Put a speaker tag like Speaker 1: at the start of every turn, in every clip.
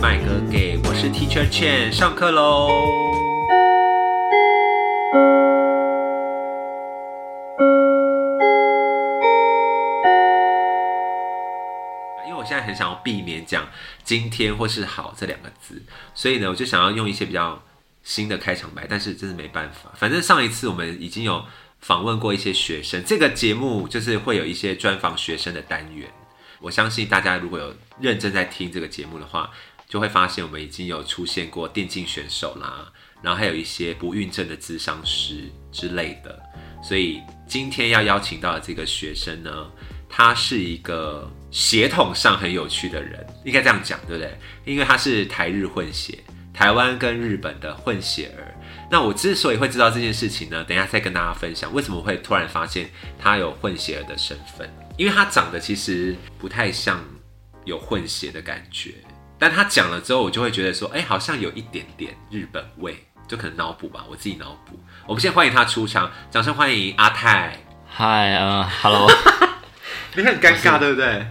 Speaker 1: 买个给我是 Teacher Chen 上课喽。因为我现在很想要避免讲“今天”或是“好”这两个字，所以呢，我就想要用一些比较新的开场白，但是真是没办法。反正上一次我们已经有访问过一些学生，这个节目就是会有一些专访学生的单元。我相信大家如果有认真在听这个节目的话，就会发现我们已经有出现过电竞选手啦，然后还有一些不孕症的咨商师之类的。所以今天要邀请到的这个学生呢，他是一个血统上很有趣的人，应该这样讲，对不对？因为他是台日混血，台湾跟日本的混血儿。那我之所以会知道这件事情呢，等一下再跟大家分享为什么会突然发现他有混血儿的身份，因为他长得其实不太像有混血的感觉，但他讲了之后，我就会觉得说，哎、好像有一点点日本味，就可能脑补吧，我自己脑补。我们先欢迎他出场，掌声欢迎阿泰。
Speaker 2: 嗨，嗯，Hello，
Speaker 1: 你很尴尬，对不对？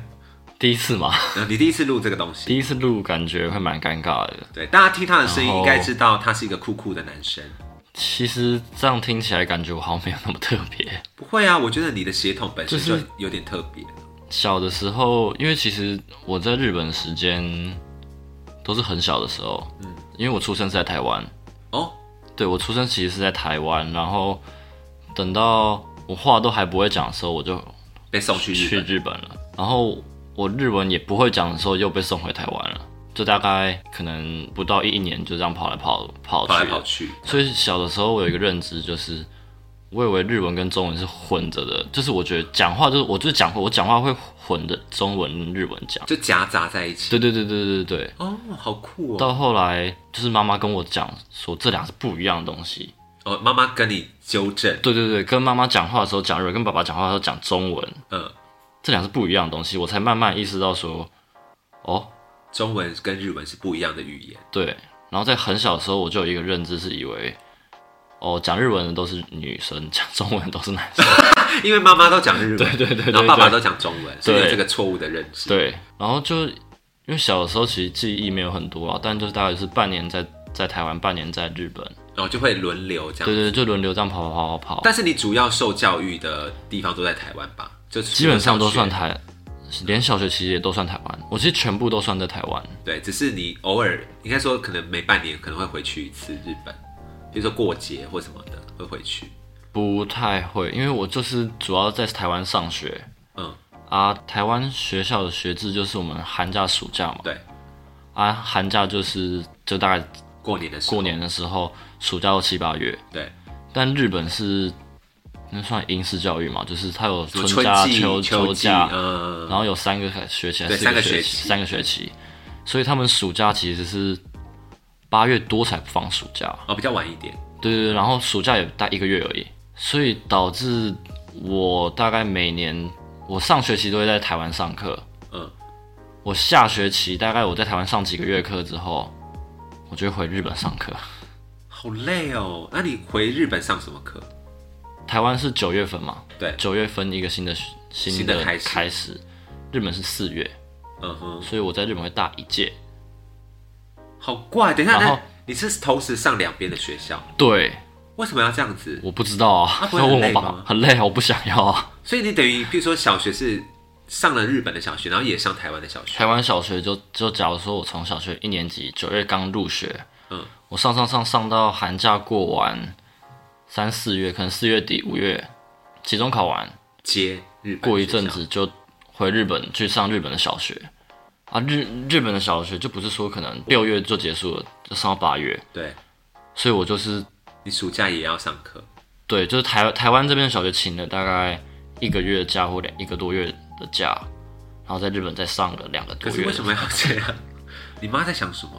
Speaker 2: 第一次嘛，
Speaker 1: 嗯你第一次录这个东西，
Speaker 2: 第一次录感觉会蛮尴尬的。
Speaker 1: 对，大家听他的声音
Speaker 2: 然后
Speaker 1: 应该知道他是一个酷酷的男生。
Speaker 2: 其实这样听起来感觉我好像没有那么特别。
Speaker 1: 不会啊，我觉得你的血统本身
Speaker 2: 就
Speaker 1: 就是有点特别。
Speaker 2: 小的时候，因为其实我在日本时间都是很小的时候，嗯，因为我出生是在台湾，
Speaker 1: 哦，
Speaker 2: 对我出生其实是在台湾，然后等到我话都还不会讲的时候，我就
Speaker 1: 被送去日
Speaker 2: 去
Speaker 1: 本，
Speaker 2: 日本了，然后我日文也不会讲的时候，又被送回台湾了。就大概可能不到一年，就这样跑来跑跑
Speaker 1: 跑
Speaker 2: 去
Speaker 1: 来
Speaker 2: 了
Speaker 1: 跑去。
Speaker 2: 所以小的时候我有一个认知，就是我以为日文跟中文是混着的，就是我觉得讲话就是我就是讲话，我讲话会混着中文跟日文讲。
Speaker 1: 就夹杂在一起。
Speaker 2: 对对对对对对对。
Speaker 1: 哦，好酷哦！
Speaker 2: 到后来就是妈妈跟我讲说这俩是不一样的东西。
Speaker 1: 哦，妈妈跟你纠正，
Speaker 2: 对对对，跟妈妈讲话的时候讲日文，跟爸爸讲话的时候讲中文，
Speaker 1: 嗯，
Speaker 2: 这俩是不一样的东西。我才慢慢意识到说，哦，
Speaker 1: 中文跟日文是不一样的语言。
Speaker 2: 对。然后在很小的时候我就有一个认知是以为，哦，讲日文的都是女生，讲中文的都是男生。
Speaker 1: 因为妈妈都讲日文，对
Speaker 2: 对对对对
Speaker 1: 然后爸爸都讲中文，所以有
Speaker 2: 对
Speaker 1: 这个错误的认知。，
Speaker 2: 对，然后就因为小的时候其实记忆没有很多啊，但就是大概就是半年在在台湾，半年在日本，
Speaker 1: 然后就会轮流这
Speaker 2: 对
Speaker 1: 样。
Speaker 2: 对，对就轮流这样跑跑跑跑跑，
Speaker 1: 但是你主要受教育的地方都在台湾吧？就基
Speaker 2: 基本上都算台，连小学其实也都算台湾，我其实全部都算在台湾。
Speaker 1: 对，只是你偶尔应该说可能每半年可能会回去一次日本，比如说过节或什么的会回去。
Speaker 2: 不太会，因为我就是主要在台湾上学
Speaker 1: 嗯，
Speaker 2: 啊。台湾学校的学制就是我们寒假、暑假嘛。
Speaker 1: 对。
Speaker 2: 啊，寒假就是就大概
Speaker 1: 过年的时候，
Speaker 2: 过年的时候，暑假到七八月。
Speaker 1: 对，
Speaker 2: 但日本是那算英式教育嘛，就是它有
Speaker 1: 什么
Speaker 2: 春假、
Speaker 1: 季、
Speaker 2: 秋
Speaker 1: 秋
Speaker 2: 假，
Speaker 1: 嗯，
Speaker 2: 然后有三个学期还
Speaker 1: 对
Speaker 2: 是四
Speaker 1: 三个
Speaker 2: 个
Speaker 1: 学
Speaker 2: 学
Speaker 1: 期
Speaker 2: 期，三个学期，所以他们暑假其实是八月多才放暑假，
Speaker 1: 哦，比较晚一点。
Speaker 2: 对
Speaker 1: 嗯
Speaker 2: 对对，然后暑假也待一个月而已，所以导致我大概每年我上学期都会在台湾上课，
Speaker 1: 嗯，
Speaker 2: 我下学期大概我在台湾上几个月课之后，我就会回日本上课。
Speaker 1: 好累哦。那你回日本上什么课？
Speaker 2: 台湾是九月份嘛，
Speaker 1: 对
Speaker 2: 九月份一个新的新
Speaker 1: 新的
Speaker 2: 的
Speaker 1: 开始
Speaker 2: 日本是四月，
Speaker 1: 嗯哼，
Speaker 2: 所以我在日本会大一届。
Speaker 1: 好怪。等一下，
Speaker 2: 然后
Speaker 1: 那你是同时上两边的学校，
Speaker 2: 对，
Speaker 1: 为什么要这样子？
Speaker 2: 我不知道啊，
Speaker 1: 不
Speaker 2: 要
Speaker 1: 会很
Speaker 2: 问
Speaker 1: 累吗
Speaker 2: 我爸，很累啊，我不想要啊。
Speaker 1: 所以你等于，譬如说小学是上了日本的小学，然后也上台湾的小学。
Speaker 2: 台湾小学就就假如说我从小学一年级九月刚入学，
Speaker 1: 嗯，
Speaker 2: 我上上上上到寒假过完，三四月可能四月底五月，期中考完，
Speaker 1: 接日本
Speaker 2: 过一
Speaker 1: 学校
Speaker 2: 阵，子就回日本去上日本的小学。啊，日日本的小学就不是说可能六月就结束了，就上到八月，
Speaker 1: 对
Speaker 2: 所以我就是
Speaker 1: 你暑假也要上课，
Speaker 2: 对，就是台台湾这边的小学请了大概一个月的假或两一个多月的假，然后在日本再上了两个
Speaker 1: 可
Speaker 2: 多
Speaker 1: 是
Speaker 2: 月
Speaker 1: 为。什么要这样？ 你妈在想什么？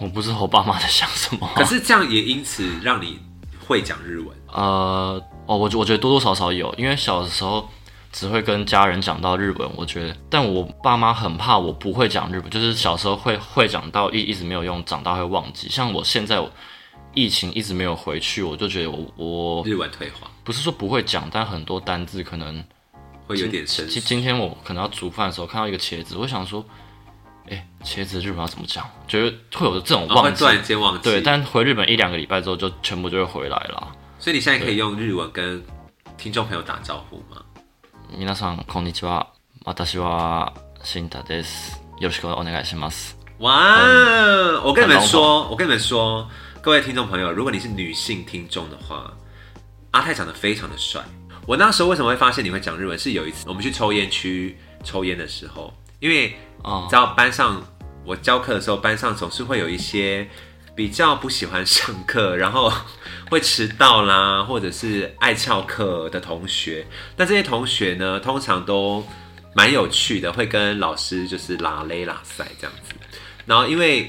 Speaker 2: 我不知道我爸妈在想什么啊、
Speaker 1: 可是这样也因此让你会讲日文
Speaker 2: 呃，哦，我觉我觉得多多少少有，因为小的时候只会跟家人讲到日文，我觉得，但我爸妈很怕我不会讲日文，就是小时候会会讲到一一直没有用，长大会忘记。像我现在我疫情一直没有回去，我就觉得我我
Speaker 1: 日文退化
Speaker 2: 不是说不会讲，但很多单字可能
Speaker 1: 会有点生
Speaker 2: 今
Speaker 1: 疏。
Speaker 2: 今天我可能要煮饭的时候看到一个茄子，我想说，哎，茄子日本要怎么讲？就是会有这种
Speaker 1: 然后哦会
Speaker 2: 忘记
Speaker 1: 突。然间忘记。
Speaker 2: 对，但回日本一两个礼拜之后就全部就会回来了。
Speaker 1: 所以你现在可以用日文跟听众朋友打招呼吗？
Speaker 2: 皆さんこんにちは。私は新太です。よろしくお願いします。
Speaker 1: 哇！哦我跟你们
Speaker 2: 很笼统
Speaker 1: 说，我跟你们说，各位听众朋友，如果你是女性听众的话，阿泰长得非常的帅。我那时候为什么会发现你会讲日文？是有一次我们去抽烟区抽烟的时候，因为
Speaker 2: 哦
Speaker 1: 你知道班上我教课的时候，班上总是会有一些 比较不喜欢上课，然后会迟到啦，或者是爱翘课的同学。那这些同学呢，通常都蛮有趣的，会跟老师就是拉勒拉塞这样子。然后因为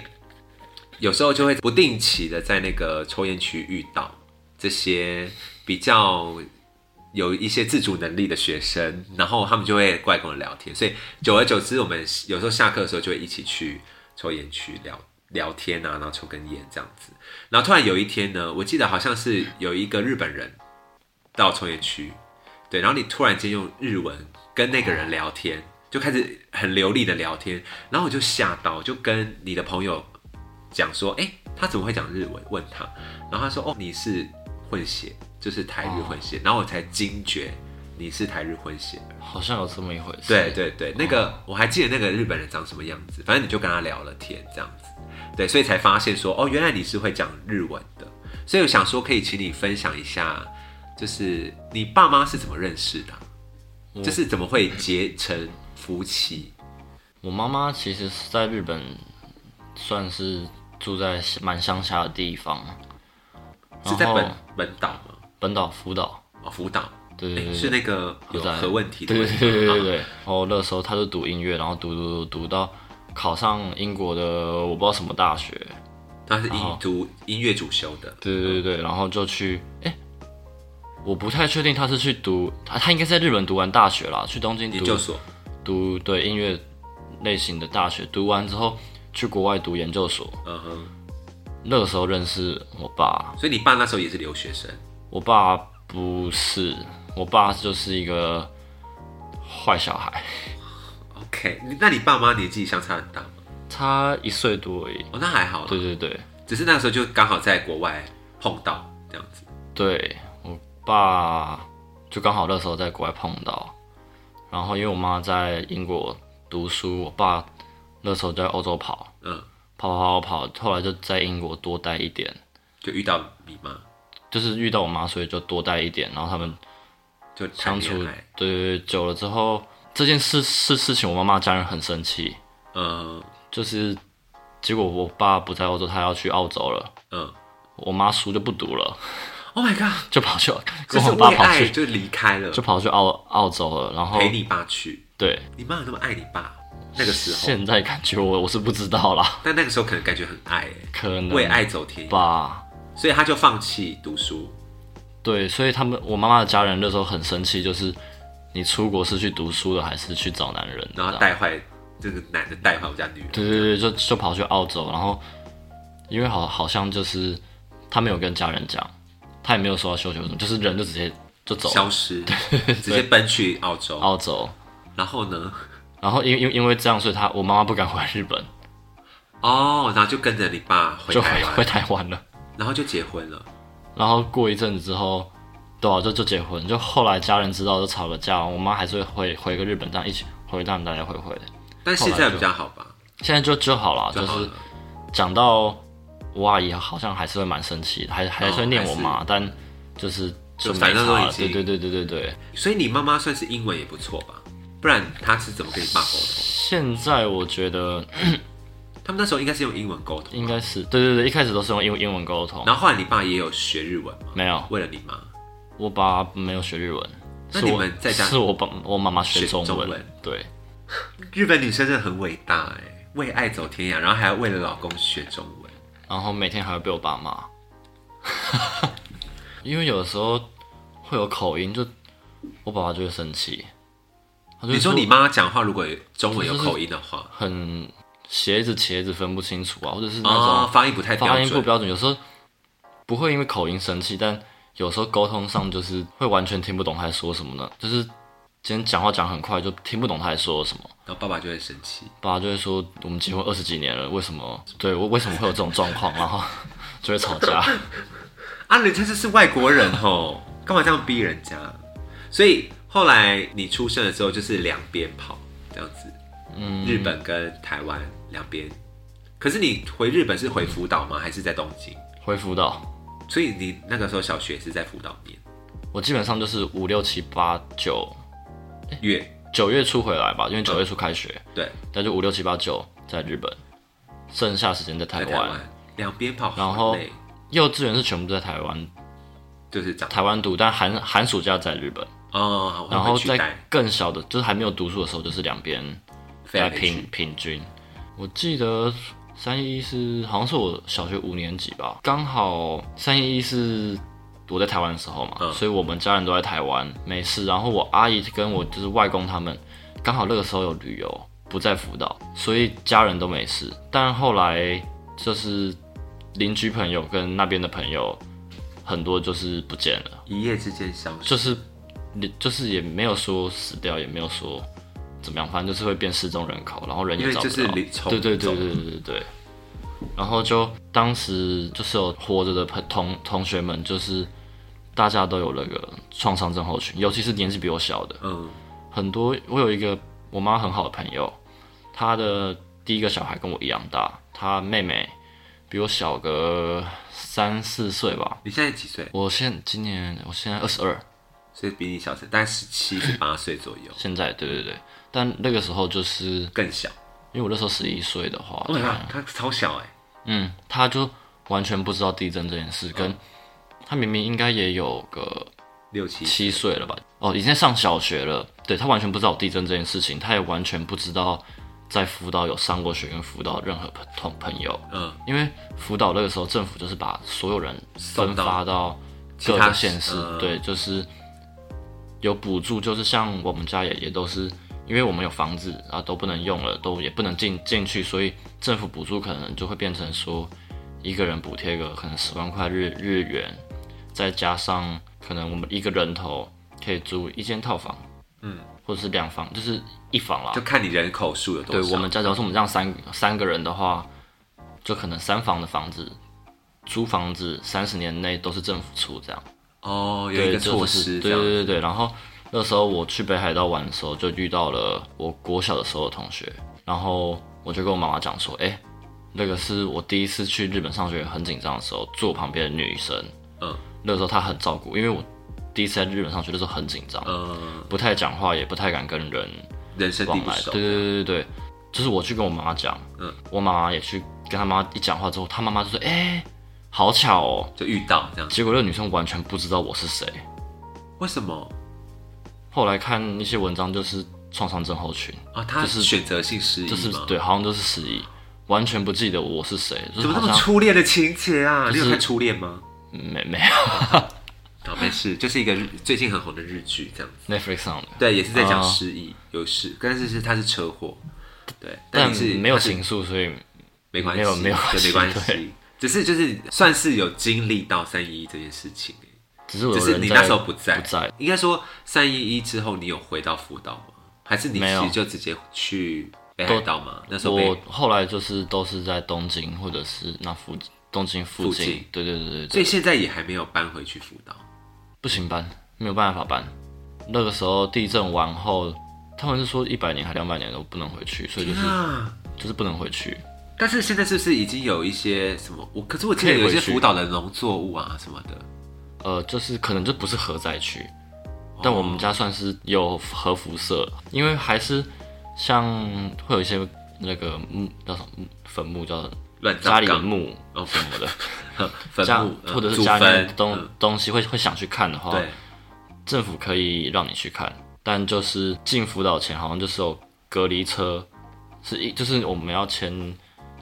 Speaker 1: 有时候就会不定期的在那个抽烟区遇到这些比较有一些自主能力的学生，然后他们就会过来跟我聊天，所以久而久之，我们有时候下课的时候就会一起去抽烟区聊聊天啊，然后抽根烟这样子。然后突然有一天呢，我记得好像是有一个日本人到抽烟区，对，然后你突然间用日文跟那个人聊天，就开始很流利的聊天，然后我就吓到，就跟你的朋友讲说，哎、他怎么会讲日文？问他，然后他说，哦，你是混血，就是台日混血，然后我才惊觉你是台日混血。
Speaker 2: 好像有这么一回事。
Speaker 1: 对对对，那个、我还记得那个日本人长什么样子，反正你就跟他聊了天这样子，对，所以才发现说，哦，原来你是会讲日文的，所以我想说可以请你分享一下，就是你爸妈是怎么认识的啊、就是怎么会结成夫妻？
Speaker 2: 我妈妈其实是在日本算是住在蛮乡下的地方，
Speaker 1: 是在本
Speaker 2: 然后
Speaker 1: 本岛吗？
Speaker 2: 本岛福岛。
Speaker 1: 哦，福岛，
Speaker 2: 对对
Speaker 1: 诶
Speaker 2: 对，
Speaker 1: 是那个啊有
Speaker 2: 在
Speaker 1: 核问题的
Speaker 2: 对
Speaker 1: 问
Speaker 2: 对
Speaker 1: 题
Speaker 2: 对对对
Speaker 1: 吗
Speaker 2: 对。然后那时候他就读音乐，然后读读读读到考上英国的我不知道什么大学。
Speaker 1: 他是
Speaker 2: 哦
Speaker 1: 音读音乐主修的，
Speaker 2: 对对对对，然后就去哎。我不太确定他是去读，他他应该是在日本读完大学啦，去东京
Speaker 1: 研
Speaker 2: 读
Speaker 1: 究所，
Speaker 2: 读对音乐类型的大学，读完之后去国外读研究所。
Speaker 1: 嗯哼，
Speaker 2: 那个时候认识我爸，
Speaker 1: 所以你爸那时候也是留学生，
Speaker 2: 我爸不是，我爸就是一个坏小孩，
Speaker 1: OK，你那你爸妈年纪相差很大吗？
Speaker 2: 差一岁多而已。
Speaker 1: 哦，那还好啦，
Speaker 2: 对对对
Speaker 1: 只是那个时候就刚好在国外碰到这样子。
Speaker 2: 对，我爸就刚好那时候在国外碰到，然后因为我妈在英国读书，我爸那时候在欧洲跑，
Speaker 1: 嗯，
Speaker 2: 跑跑跑跑，后来就在英国多待一点，
Speaker 1: 就遇到你妈，
Speaker 2: 就是遇到我妈，所以就多待一点，然后他们
Speaker 1: 就谈
Speaker 2: 相处
Speaker 1: 恋爱，，
Speaker 2: 对对对，久了之后，这件事事事情，我妈妈家人很生气，
Speaker 1: 嗯
Speaker 2: 就是结果我爸不在欧洲，他要去澳洲了，
Speaker 1: 嗯
Speaker 2: 我妈书就不读了，
Speaker 1: ，Oh my god，
Speaker 2: 就跑去
Speaker 1: 就
Speaker 2: 跟
Speaker 1: 是
Speaker 2: 我爸
Speaker 1: 为
Speaker 2: 跑
Speaker 1: 爱
Speaker 2: 去，
Speaker 1: 就离开了
Speaker 2: 就，跑去澳澳洲了。然后
Speaker 1: 陪你爸去。
Speaker 2: 对，
Speaker 1: 你妈有那么爱你爸？那个时候，
Speaker 2: 现在感觉我我是不知道啦，
Speaker 1: 但那个时候可能感觉很爱、欸，
Speaker 2: 可能
Speaker 1: 为爱走天涯，
Speaker 2: 吧。
Speaker 1: 所以他就放弃读书。
Speaker 2: 对，所以他们我妈妈的家人那时候很生气，就是你出国是去读书的，还是去找男人的？
Speaker 1: 然后带坏这个男的，带坏我家女人。
Speaker 2: 对对对，就就跑去澳洲，然后因为好好像就是他没有跟家人讲，他也没有说要休学什么，就是人就直接就走了
Speaker 1: 消失， 直接奔去澳洲。
Speaker 2: 澳洲。
Speaker 1: 然后呢？
Speaker 2: 然后因因因为这样，所以他我妈妈不敢回日本，
Speaker 1: 哦，然后就跟着你爸回
Speaker 2: 就
Speaker 1: 台
Speaker 2: 回回
Speaker 1: 湾，
Speaker 2: 台湾了。
Speaker 1: 然后就结婚了。
Speaker 2: 然后过一阵子之后，对啊，就就结婚，就后来家人知道就吵个架，我妈还是会回回个日本，这样一起回他们大家回回的。
Speaker 1: 但现在比较好吧，
Speaker 2: 现在就就好了，
Speaker 1: 就
Speaker 2: 就
Speaker 1: 好
Speaker 2: 是
Speaker 1: 了。
Speaker 2: 讲到我阿姨好像还是会蛮生气的，还还是会念我妈，但就是
Speaker 1: 哦就
Speaker 2: 就
Speaker 1: 反
Speaker 2: 没
Speaker 1: 正都
Speaker 2: 差
Speaker 1: 已
Speaker 2: 了。对
Speaker 1: 经
Speaker 2: 对对对对对。
Speaker 1: 所以你妈妈算是英文也不错吧？不然她是怎么跟你爸沟通？
Speaker 2: 现在我觉得
Speaker 1: 他们那时候应该是用英文沟通，
Speaker 2: 应该是对对对，一开始都是用英英文沟通，
Speaker 1: 然后后来你爸也有学日文嘛？
Speaker 2: 没有，
Speaker 1: 为了你妈
Speaker 2: 我爸没有学日文，
Speaker 1: 那
Speaker 2: 是我
Speaker 1: 你们在家
Speaker 2: 是我爸我妈妈学
Speaker 1: 学
Speaker 2: 中
Speaker 1: 中
Speaker 2: 文，
Speaker 1: 文
Speaker 2: 对
Speaker 1: 日本女生真的很伟大哎、为爱走天涯，然后还要为了老公学中文。
Speaker 2: 然后每天还会被我爸骂， 因为有的时候会有口音，就我爸爸就会生气，他就会
Speaker 1: 你说你妈讲话如果有中文有
Speaker 2: 就是
Speaker 1: 口音的话，
Speaker 2: 很鞋子茄子分不清楚啊，或者是那种
Speaker 1: 啊、发音不太标
Speaker 2: 发音不
Speaker 1: 准，
Speaker 2: 标准，有时候不会因为口音生气，但有时候沟通上就是会完全听不懂他在说什么呢，就是今天讲话讲很快，就听不懂他在说什么。
Speaker 1: 然后爸爸就会生气。
Speaker 2: 爸就会说我们结婚二十几年了，为什么对我为什么会有这种状况，然后就会吵架。
Speaker 1: 啊，人家这是外国 人吼，干嘛这样逼人家？所以后来你出生了之后，就是两边跑这样子，
Speaker 2: 嗯，
Speaker 1: 日本跟台湾两边。可是你回日本是回福岛吗？还是在东京？
Speaker 2: 回辅导，
Speaker 1: 所以你那个时候小学是在福岛念
Speaker 2: 我基本上就是五六七八九
Speaker 1: 月，
Speaker 2: 九月初回来吧，因为九月初开学，
Speaker 1: 对，
Speaker 2: 那就五六七八九在日本，剩下时间在台
Speaker 1: 在台
Speaker 2: 湾。
Speaker 1: 湾两边跑
Speaker 2: 然
Speaker 1: 好
Speaker 2: 后
Speaker 1: 累，
Speaker 2: 幼稚园是全部在台湾，
Speaker 1: 就是长
Speaker 2: 台湾读，但寒寒暑假在日本，
Speaker 1: 哦，
Speaker 2: 然
Speaker 1: 我
Speaker 2: 后
Speaker 1: 会取
Speaker 2: 在
Speaker 1: 代
Speaker 2: 更小的，就是还没有读书的时候，就是两边
Speaker 1: 飞来
Speaker 2: 在
Speaker 1: 飞
Speaker 2: 平
Speaker 1: 去，
Speaker 2: 平均。我记得三一是好像是我小学五年级吧，刚好三一是我在台湾的时候嘛，
Speaker 1: 嗯
Speaker 2: 所以我们家人都在台湾没事。然后我阿姨跟我就是外公他们刚好那个时候有旅游，不在福岛，所以家人都没事。但后来就是邻居朋友跟那边的朋友很多就是不见了，
Speaker 1: 一夜之间消失。
Speaker 2: 就是就是也没有说死掉，也没有说。怎么样？反正就是会变失踪人口，然后人
Speaker 1: 因
Speaker 2: 也
Speaker 1: 为
Speaker 2: 找不
Speaker 1: 就
Speaker 2: 到。
Speaker 1: 是离从
Speaker 2: 对对对对对对对。然后就当时就是有活着的朋同同学们，就是大家都有那个创伤症候群，尤其是年纪比我小的，
Speaker 1: 嗯，
Speaker 2: 很多我有一个我妈很好的朋友，她的第一个小孩跟我一样大，她妹妹比我小个三四岁吧。
Speaker 1: 你现在几岁？
Speaker 2: 我现今年我现在二十二，
Speaker 1: 所以比你小，大概十七、十八岁左右，
Speaker 2: 现在对对对，但那个时候就是
Speaker 1: 更小。
Speaker 2: 因为我那时候十一岁的话，
Speaker 1: Oh my god，他超小哎、
Speaker 2: 嗯，他就完全不知道地震这件事，跟他明明应该也有个
Speaker 1: 六七
Speaker 2: 七岁了吧？哦，已经在上小学了。对他完全不知道地震这件事情，他也完全不知道在福岛有上过学跟福岛任何朋同朋友，
Speaker 1: 嗯，
Speaker 2: 因为福岛那个时候政府就是把所有人分
Speaker 1: 送到
Speaker 2: 发到
Speaker 1: 其
Speaker 2: 各
Speaker 1: 他
Speaker 2: 个县市，
Speaker 1: 嗯
Speaker 2: 对，就是有补助，就是像我们家也也都是。因为我们有房子啊，都不能用了，都也不能进进去，所以政府补助可能就会变成说，一个人补贴个可能十万块日日元，再加上可能我们一个人头可以租一间套房，
Speaker 1: 嗯，
Speaker 2: 或者是两房，就是一房啦
Speaker 1: 就。看你人口数有多
Speaker 2: 对
Speaker 1: 少。
Speaker 2: 我们家，假如说我们这样三三个人的话，就可能三房的房子，租房子三十年内都是政府出这样。
Speaker 1: 哦，有一
Speaker 2: 对，
Speaker 1: 个措
Speaker 2: 就是
Speaker 1: 施这
Speaker 2: 对
Speaker 1: 样
Speaker 2: 对对对。然后那时候我去北海道玩的时候，就遇到了我国小的时候的同学，然后我就跟我妈妈讲说，哎、那个是我第一次去日本上学，很紧张的时候，坐我旁边的女生，
Speaker 1: 嗯，
Speaker 2: 那个时候她很照顾，因为我第一次在日本上学的时候很紧张，
Speaker 1: 嗯，
Speaker 2: 不太讲话，也不太敢跟人
Speaker 1: 人生地
Speaker 2: 往
Speaker 1: 不
Speaker 2: 来的。
Speaker 1: 熟，
Speaker 2: 对对对对对，就是我去跟我妈讲，
Speaker 1: 嗯，
Speaker 2: 我妈妈也去跟她妈一讲话之后，她妈妈就说，哎、好巧哦。
Speaker 1: 就遇到这样。
Speaker 2: 结果那个女生完全不知道我是谁，
Speaker 1: 为什么
Speaker 2: 后来看一些文章，就是创伤症候群，
Speaker 1: 啊？他
Speaker 2: 就是
Speaker 1: 选择性失忆吗？
Speaker 2: 就是对，好像都是失忆，完全不记得我是谁，就是
Speaker 1: 怎么
Speaker 2: 好
Speaker 1: 那么
Speaker 2: 像
Speaker 1: 初恋的情节啊？
Speaker 2: 就
Speaker 1: 你
Speaker 2: 是
Speaker 1: 有看初恋吗？
Speaker 2: 没 没有
Speaker 1: 啊，没事，就是一个日最近很红的日剧这样子。
Speaker 2: Netflix 上的，
Speaker 1: 对，也是在讲
Speaker 2: 哦
Speaker 1: 失忆，有事，但是是他是车祸，对，
Speaker 2: 但
Speaker 1: 你是
Speaker 2: 没有
Speaker 1: 他是
Speaker 2: 情愫，所以
Speaker 1: 没关系，
Speaker 2: 没有没有
Speaker 1: 对没关
Speaker 2: 关系
Speaker 1: 系，只是就是算是有经历到三一一这件事情欸。
Speaker 2: 只是我
Speaker 1: 只是
Speaker 2: 人
Speaker 1: 你
Speaker 2: 在
Speaker 1: 那时候不在
Speaker 2: 不在，
Speaker 1: 应该说三一一之后，你有回到福岛吗？还是你
Speaker 2: 没有
Speaker 1: 其实就直接去北海道吗？那时候
Speaker 2: 我
Speaker 1: 北，
Speaker 2: 后来就是都是在东京或者是那附近东京附
Speaker 1: 附近
Speaker 2: 对对对对
Speaker 1: 所
Speaker 2: 对，
Speaker 1: 以现在也还没有搬回去福岛。
Speaker 2: 不行搬，没有办法搬。那个时候地震完后，他们是说一百年还两百年都不能回去，所以就是
Speaker 1: 啊！
Speaker 2: 就是不能回去。
Speaker 1: 但是现在是不是已经有一些什么？我可是我记得
Speaker 2: 可以
Speaker 1: 有
Speaker 2: 回
Speaker 1: 一些
Speaker 2: 去
Speaker 1: 福岛的农作物啊什么的。
Speaker 2: 呃，就是可能就不是核灾区，但我们家算是有核辐射，因为还是像会有一些那个墓叫什么墓坟墓叫
Speaker 1: 哦乱
Speaker 2: 家
Speaker 1: 葬
Speaker 2: 里的
Speaker 1: 岗、
Speaker 2: 墓
Speaker 1: 哦
Speaker 2: 什么的，
Speaker 1: 哼 坟
Speaker 2: 家
Speaker 1: 墓嗯
Speaker 2: 或者是
Speaker 1: 祖
Speaker 2: 家里面
Speaker 1: 坟
Speaker 2: 东、
Speaker 1: 嗯
Speaker 2: 东西会哦会想去看的话，
Speaker 1: 对，
Speaker 2: 政府可以让你去看，但就是进辅导前好像就是有隔离车，是一就是我们要签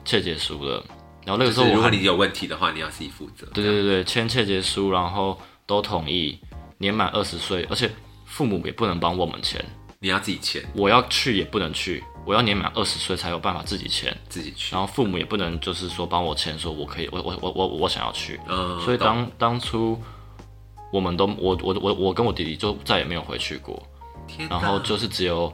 Speaker 2: 切结书的，然后那个时
Speaker 1: 就
Speaker 2: 候
Speaker 1: 是如
Speaker 2: 我
Speaker 1: 果
Speaker 2: 还
Speaker 1: 你有问题的话，你要自己负责。
Speaker 2: 对对对对，签切结书，然后都同意，年满二十岁，而且父母也不能帮我们签，
Speaker 1: 你要自己签，
Speaker 2: 我要去也不能去，我要年满二十岁才有办法自己签，
Speaker 1: 自己去
Speaker 2: 然。后父母也不能就是说帮我签，说我可以，我我我我我想要去，
Speaker 1: 嗯，
Speaker 2: 所以
Speaker 1: 懂
Speaker 2: 当当初我们都我我我我跟我弟弟就再也没有回去过，
Speaker 1: 天哪，
Speaker 2: 然后就是只有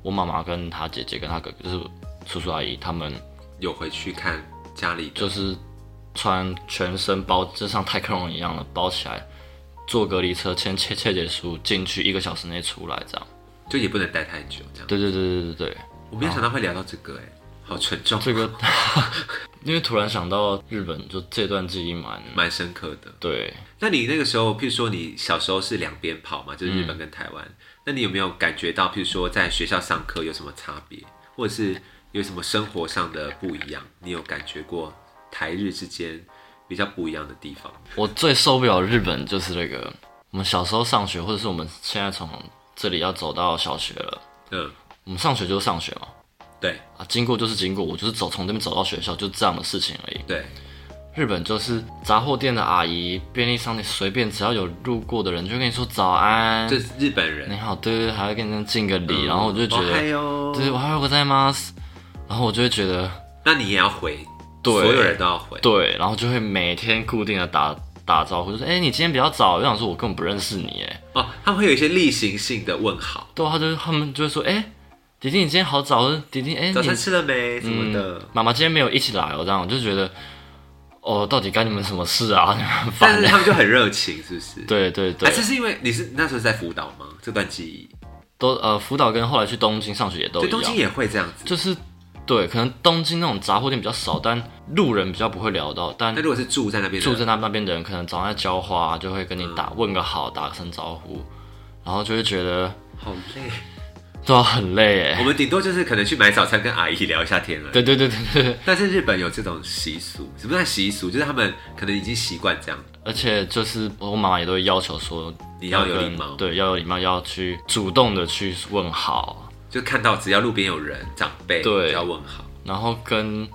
Speaker 2: 我妈妈跟她姐姐跟她哥哥，就是叔叔阿姨他们
Speaker 1: 有回去看家里的，
Speaker 2: 就是穿全身包，就像太空人一样的包起来，坐隔离车签切切结书进去，一个小时内出来这样。
Speaker 1: 就也不能待太久这样。
Speaker 2: 对对对对对对，
Speaker 1: 我没有想到会聊到这个、哎，好沉重，
Speaker 2: 哦
Speaker 1: 哦
Speaker 2: 这个因为突然想到日本，就这段记忆蛮
Speaker 1: 蛮深刻的。
Speaker 2: 对，
Speaker 1: 那你那个时候，譬如说你小时候是两边跑嘛，就是
Speaker 2: 嗯
Speaker 1: 日本跟台湾，那你有没有感觉到，譬如说在学校上课有什么差别，或者是有什么生活上的不一样？你有感觉过台日之间比较不一样的地方？
Speaker 2: 我最受不了日本就是那个，我们小时候上学，或者是我们现在从这里要走到小学了，
Speaker 1: 嗯，
Speaker 2: 我们上学就是上学嘛，
Speaker 1: 对
Speaker 2: 啊，经过就是经过，我就是走从这边走到学校，就这样的事情而已。
Speaker 1: 对，
Speaker 2: 日本就是杂货店的阿姨、便利商店随便只要有路过的人，就跟你说早安，
Speaker 1: 这是日本
Speaker 2: 你
Speaker 1: 人，
Speaker 2: 好，对对，对还会跟人家敬个
Speaker 1: 嗯
Speaker 2: 礼，然后我就觉
Speaker 1: 嗨哦
Speaker 2: 得，
Speaker 1: 哟，
Speaker 2: 对，我还有个在吗？然后我就会觉得，
Speaker 1: 那你也要回，
Speaker 2: 对
Speaker 1: 所有人都要回，
Speaker 2: 对，然后就会每天固定的打打招呼，就说，哎，你今天比较早，我想说我根本不认识你，哎，
Speaker 1: 哦，他们会有一些例行性的问好，
Speaker 2: 对，啊他就他们就会说，哎，迪迪你今天好早，哦，迪迪，哎，
Speaker 1: 早
Speaker 2: 你
Speaker 1: 餐吃了没？什么的。
Speaker 2: 妈妈今天没有一起来哦，这样我就觉得，哦，到底干你们什么事啊？ 很
Speaker 1: 但
Speaker 2: 烦
Speaker 1: 是
Speaker 2: 欸。
Speaker 1: 他们就很热情，是不是？
Speaker 2: 对对
Speaker 1: 还
Speaker 2: 对，
Speaker 1: 是是因为你是那时候是在福岛吗？这段记忆，
Speaker 2: 都呃，福岛跟后来去东京上学也都
Speaker 1: 对，
Speaker 2: 哦一
Speaker 1: 东京
Speaker 2: 样，
Speaker 1: 也会这样子。
Speaker 2: 就是对，可能东京那种杂货店比较少，但路人比较不会聊到，但
Speaker 1: 那如果是住在那边的，
Speaker 2: 住在那那边的人，可能早上在浇花、就会跟你
Speaker 1: 嗯
Speaker 2: 打、问个好，打声招呼，然后就会觉得
Speaker 1: 好累。
Speaker 2: 对啊，很累
Speaker 1: 我
Speaker 2: 哎。
Speaker 1: 们顶多就是可能去买早餐，跟阿姨聊一下天了。
Speaker 2: 对对对对对对，
Speaker 1: 但是日本有这种习俗，什么叫习俗？就是他们可能已经习惯这样，
Speaker 2: 而且就是我妈妈也都会要求说
Speaker 1: 你要有
Speaker 2: 跟
Speaker 1: 礼貌
Speaker 2: 对，要有礼貌，要去主动的去问好，
Speaker 1: 就看到只要路边有人长辈，
Speaker 2: 对
Speaker 1: 就要问好。
Speaker 2: 然后跟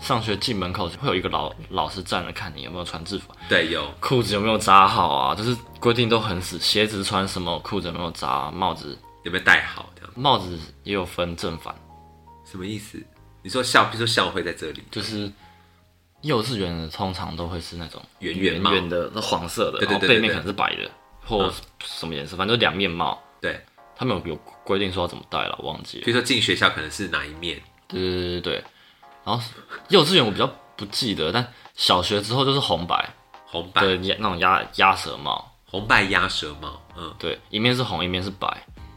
Speaker 2: 上学进门口会有一个老老师站着看你有没有穿制服，啊
Speaker 1: 对，有
Speaker 2: 裤子有没有扎好啊，就是规定都很死，鞋子穿什么，裤子有没有扎，帽子
Speaker 1: 有没有戴好这样？
Speaker 2: 帽子也有分正反，
Speaker 1: 什么意思？你说校，比如说校会在这里，
Speaker 2: 就是幼稚园的通常都会是那种
Speaker 1: 圆圆
Speaker 2: 圆
Speaker 1: 帽
Speaker 2: 圆的，那黄色的，
Speaker 1: 对对
Speaker 2: 然后
Speaker 1: 对
Speaker 2: 背
Speaker 1: 对嗯
Speaker 2: 面
Speaker 1: 对
Speaker 2: 可能是白的或什么颜色，反正就两面帽。
Speaker 1: 对，
Speaker 2: 他们有有规定说要怎么戴了，忘记了
Speaker 1: 比。如说进学校可能是哪一面，
Speaker 2: 对对对对对。然后幼稚园我比较不记得，但小学之后就是红白，
Speaker 1: 红白
Speaker 2: 对，鸭那种鸭鸭舌帽，
Speaker 1: 红白鸭舌帽，嗯
Speaker 2: 对，一面是红，一面是白。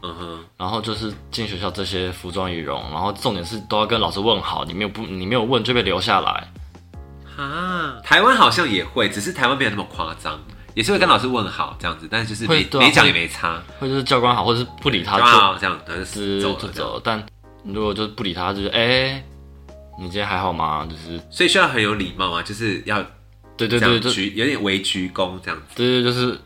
Speaker 1: 嗯哼，
Speaker 2: 然后就是进学校这些服装仪容，然后重点是都要跟老师问好，你没有不你没有问就被留下来。
Speaker 1: 啊，台湾好像也会，只是台湾没有那么夸张，也是会跟老师问好这样子，但是就是
Speaker 2: 会
Speaker 1: 没
Speaker 2: 对啊
Speaker 1: 没讲也
Speaker 2: 会
Speaker 1: 没差，
Speaker 2: 或者是教官好，或者是不理他
Speaker 1: 就
Speaker 2: 就
Speaker 1: 啊这样，然后
Speaker 2: 直
Speaker 1: 就
Speaker 2: 就
Speaker 1: 走了这
Speaker 2: 走
Speaker 1: 样。
Speaker 2: 了。但如果就是不理他，就是哎、你今天还好吗？就是
Speaker 1: 所以需要很有礼貌啊，就是要
Speaker 2: 对对
Speaker 1: 这
Speaker 2: 对
Speaker 1: 样
Speaker 2: 对
Speaker 1: 鞠，有点微鞠躬这样子，
Speaker 2: 对对，就是。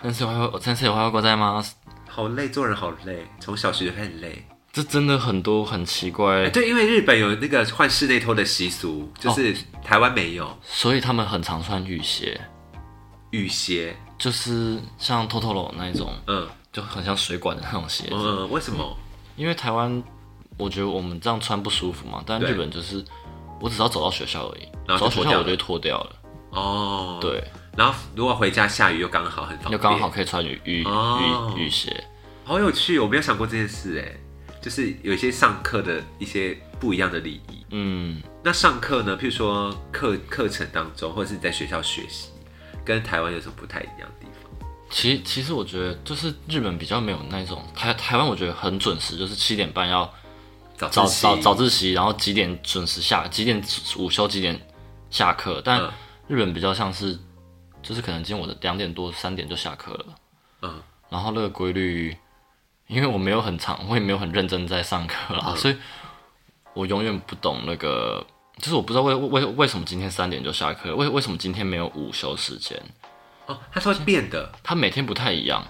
Speaker 2: 但是我但是有外国在吗？
Speaker 1: 好累，做人好累，从小学就开始累。
Speaker 2: 这真的很多很奇
Speaker 1: 哎、
Speaker 2: 怪，
Speaker 1: 对，因为日本有那个换室内拖的习俗，就是
Speaker 2: 哦
Speaker 1: 台湾没有
Speaker 2: 所以他们很常穿雨鞋，
Speaker 1: 雨鞋，
Speaker 2: 就是像 Totoro 那一种，
Speaker 1: 嗯
Speaker 2: 就很像水管的那种鞋子。
Speaker 1: 嗯，为什么？
Speaker 2: 因为台湾，我觉得我们这样穿不舒服嘛，但
Speaker 1: 对
Speaker 2: 日本就是我只要走到学校而已，
Speaker 1: 然
Speaker 2: 走
Speaker 1: 后
Speaker 2: 到
Speaker 1: 就脱
Speaker 2: 学
Speaker 1: 掉
Speaker 2: 校
Speaker 1: 了
Speaker 2: 我就会脱掉了，
Speaker 1: 哦，，
Speaker 2: 对，
Speaker 1: 然后如果回家下雨又刚好很方便，
Speaker 2: 就刚好可以穿雨雨
Speaker 1: 哦
Speaker 2: 雨雨鞋，
Speaker 1: 好有趣，我没有想过这件事哎，就是有一些上课的一些不一样的礼仪。
Speaker 2: 嗯，
Speaker 1: 那上课呢，譬如说课课程当中，或者是你在学校学习，跟台湾有什么不太一样的地方？
Speaker 2: 其其实我觉得就是日本比较没有那种台台湾我觉得很准时，就是七点半要
Speaker 1: 早
Speaker 2: 早
Speaker 1: 自习
Speaker 2: 早早自习，然后几点准时下几点午休几点下课，但
Speaker 1: 嗯
Speaker 2: 日本比较像是就是可能今天我的两点多三点就下课了。
Speaker 1: 嗯，
Speaker 2: 然后那个规律，因为我没有很长，我也没有很认真在上课啦，
Speaker 1: 嗯
Speaker 2: 所以我永远不懂那个，就是我不知道为为为什么今天三点就下课，为为什么今天没有午休时间？
Speaker 1: 哦，它是会变的。
Speaker 2: 它每天不太一样，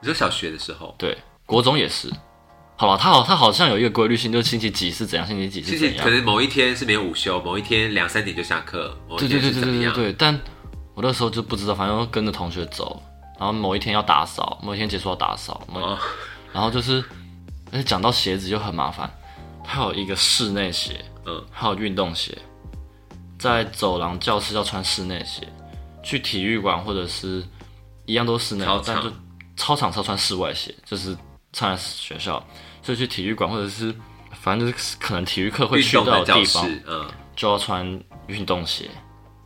Speaker 1: 你说小学的时候，
Speaker 2: 对，国中也是。好了，它好，它好像有一个规律性，就是星期几是怎样，星期几
Speaker 1: 其
Speaker 2: 是
Speaker 1: 实
Speaker 2: 怎样
Speaker 1: 可。能某一天是没有午休，某一天两三点就下课，某一
Speaker 2: 对
Speaker 1: 天
Speaker 2: 对对
Speaker 1: 是
Speaker 2: 对
Speaker 1: 怎么
Speaker 2: 对对
Speaker 1: 样？
Speaker 2: 对，但我那时候就不知道，反正我跟着同学走，然后某一天要打扫，某一天结束要打扫，某一
Speaker 1: 哦，
Speaker 2: 然后就是，而且讲到鞋子就很麻烦，它有一个室内鞋，
Speaker 1: 嗯，
Speaker 2: 还有运动鞋，在走廊、教室要穿室内鞋，去体育馆或者是一样都是室内
Speaker 1: 操，场
Speaker 2: 但就操场是要穿室外鞋，就是穿在学校，所以去体育馆或者是反正就是可能体育课会
Speaker 1: 运
Speaker 2: 去
Speaker 1: 动
Speaker 2: 到
Speaker 1: 的
Speaker 2: 的
Speaker 1: 教
Speaker 2: 地方，
Speaker 1: 室，嗯，
Speaker 2: 就要穿运动鞋。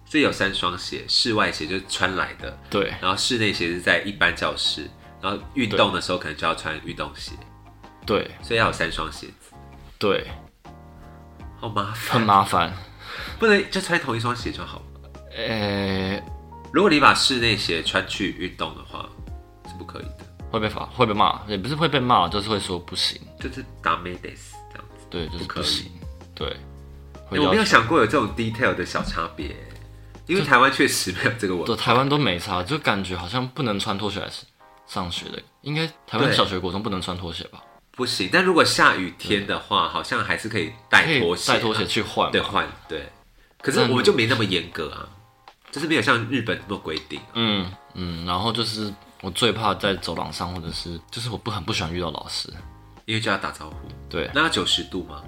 Speaker 1: 所以有三双鞋，室外鞋就是穿来的，
Speaker 2: 对，
Speaker 1: 然后室内鞋是在一般教室，然后运动的时候可能就要穿运动鞋，
Speaker 2: 对，
Speaker 1: 所以要有三双鞋子，
Speaker 2: 对，
Speaker 1: 好麻烦，
Speaker 2: 很麻烦。
Speaker 1: 不能就穿同一双鞋就好了。
Speaker 2: 诶、
Speaker 1: 如果你把室内鞋穿去运动的话，是不可以的，
Speaker 2: 会被罚，会被骂，也不是会被骂，就是会说不行。
Speaker 1: 就是打 m e d e s 这样子。
Speaker 2: 对，就是
Speaker 1: 不可以
Speaker 2: 不行。对，
Speaker 1: 我
Speaker 2: 会
Speaker 1: 没有
Speaker 2: 要求。
Speaker 1: 想过有这种 detail 的小差别，因为台湾确实没有这个文化。
Speaker 2: 对，台湾都没差，就感觉好像不能穿拖鞋来上学的，应该台湾
Speaker 1: 对
Speaker 2: 小学、国中不能穿拖鞋吧？
Speaker 1: 不行，但如果下雨天的话，好像还是可以带拖鞋、啊
Speaker 2: 可以带拖鞋，去换嘛。
Speaker 1: 对，换对。可是我们就没那么严格啊，就是没有像日本那么规定、啊。
Speaker 2: 嗯嗯，然后就是我最怕在走廊上，或者是就是我不很不喜欢遇到老师。
Speaker 1: 因为就要打招呼。
Speaker 2: 对，
Speaker 1: 那要九十度吗？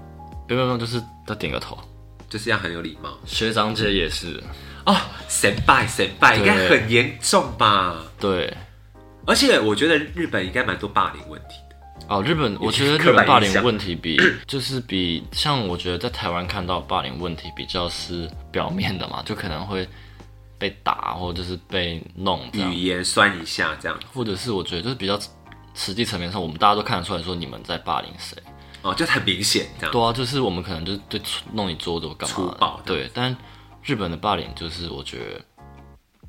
Speaker 2: 别别别，就是他点个头。
Speaker 1: 就是要很有礼貌
Speaker 2: 学长姐也是，
Speaker 1: 哦。神拜神拜，
Speaker 2: 对
Speaker 1: 应该很严重吧？
Speaker 2: 对。
Speaker 1: 而且我觉得日本应该蛮多霸凌问题的。
Speaker 2: 哦，日本，我觉得
Speaker 1: 刻板
Speaker 2: 日本霸
Speaker 1: 印
Speaker 2: 凌
Speaker 1: 象
Speaker 2: 问题比就是比像我觉得在台湾看到霸凌问题比较是表面的嘛，就可能会被打或就是被弄这
Speaker 1: 语
Speaker 2: 样，
Speaker 1: 言酸一下这样
Speaker 2: 或者是我觉得就是比较实际层面上，我们大家都看得出来说你们在霸凌谁。
Speaker 1: 哦，就很明显这样。
Speaker 2: 对啊，就是我们可能就是对弄你桌子或干嘛
Speaker 1: 粗
Speaker 2: 的
Speaker 1: 暴这
Speaker 2: 对，但日本的霸凌就是我觉得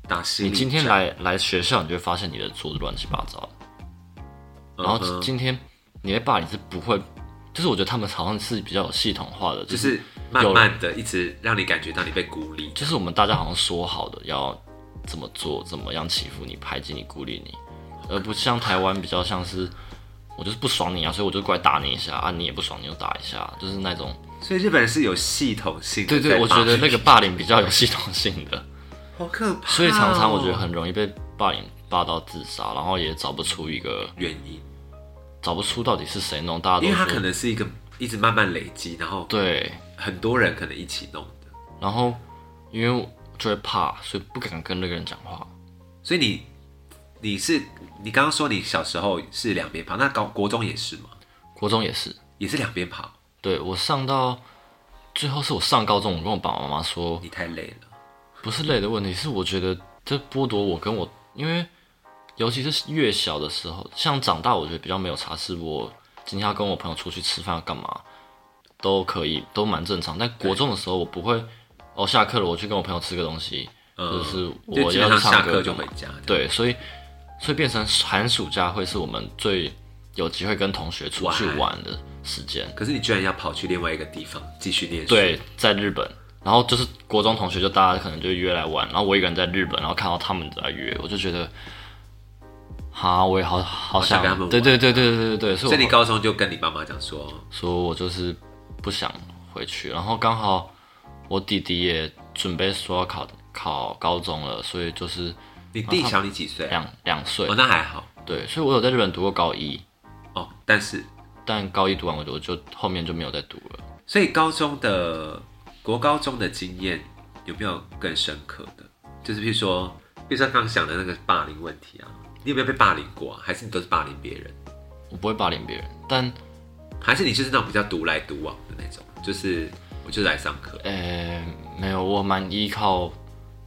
Speaker 1: 打心
Speaker 2: 你
Speaker 1: 理战
Speaker 2: 今天，来来学校，你就会发现你的桌子乱七八糟的。然
Speaker 1: 嗯
Speaker 2: 后
Speaker 1: 哼
Speaker 2: 今天你的霸凌是不会，就是我觉得他们好像是比较有系统化的，
Speaker 1: 就
Speaker 2: 就是
Speaker 1: 是慢慢的一直让你感觉到你被孤立。
Speaker 2: 就是我们大家好像说好的要怎么做，怎么样欺负你、排挤你、孤立你，而不像台湾比较像是我就是不爽你啊，所以我就过来打你一下啊，你也不爽你就打一下，就是那种
Speaker 1: 所以日本人是有系统性的
Speaker 2: 对对，
Speaker 1: 在
Speaker 2: 我
Speaker 1: 霸
Speaker 2: 觉
Speaker 1: 凌
Speaker 2: 得那个霸凌比较有系统性 的，
Speaker 1: 好可怕哦、
Speaker 2: 所以常常我觉得很容易被霸凌霸到自杀，然后也找不出一个
Speaker 1: 原因，
Speaker 2: 找不出到底是谁弄，大家
Speaker 1: 因
Speaker 2: 都
Speaker 1: 为它可
Speaker 2: 说
Speaker 1: 能是一个一直慢慢累积，然后
Speaker 2: 对，
Speaker 1: 很多人可能一起弄的。
Speaker 2: 然后因为我就会怕，所以不敢跟那个人讲话。
Speaker 1: 所以你你是你刚刚说你小时候是两边跑，那高国中也是吗？
Speaker 2: 国中也是，
Speaker 1: 也是两边跑，
Speaker 2: 对我上到最后是我上高中，我跟我爸爸妈妈说，
Speaker 1: 你太累了。
Speaker 2: 不是累的问题，是我觉得这剥夺我跟我，因为尤其是越小的时候，像长大我觉得比较没有差，是我今天要跟我朋友出去吃饭要干嘛都可以，都蛮正常。但国中的时候，我不会哦，下课了我去跟我朋友吃个东西，或者是
Speaker 1: 嗯就
Speaker 2: 我
Speaker 1: 基本上
Speaker 2: 要
Speaker 1: 下
Speaker 2: 唱歌
Speaker 1: 课就
Speaker 2: 干嘛
Speaker 1: 回家。，
Speaker 2: 对，所以所以变成寒暑假会是我们最有机会跟同学出去
Speaker 1: 玩
Speaker 2: 玩的时间。
Speaker 1: 可是你居然要跑去另外一个地方继续念书，
Speaker 2: 对，在日本，然后就是国中同学就大家可能就约来玩，然后我一个人在日本，然后看到他们在约，我就觉得，哈，我也好好
Speaker 1: 想
Speaker 2: 想
Speaker 1: 跟他们，玩
Speaker 2: 对对对对对对对，所
Speaker 1: 所以
Speaker 2: 以
Speaker 1: 你
Speaker 2: 我
Speaker 1: 高中就跟你妈妈讲说，
Speaker 2: 说我就是不想回去，然后刚好我弟弟也准备说要考考高中了，所以就是
Speaker 1: 你弟小你几岁啊？
Speaker 2: 两两岁
Speaker 1: 哦，，那还好
Speaker 2: 对，所以我有在日本读过高一，
Speaker 1: 哦。但是，
Speaker 2: 但高一读完我就我就后面就没有再读了。
Speaker 1: 所以高中的国高中的经验有没有更深刻的？就是譬如说，譬如说刚刚讲的那个霸凌问题啊，你有没有被霸凌过啊？还是你都是霸凌别人？
Speaker 2: 我不会霸凌别人，但
Speaker 1: 还是你就是那种比较独来独往的那种？就是我就是来上课。
Speaker 2: 呃、没有，我蛮依靠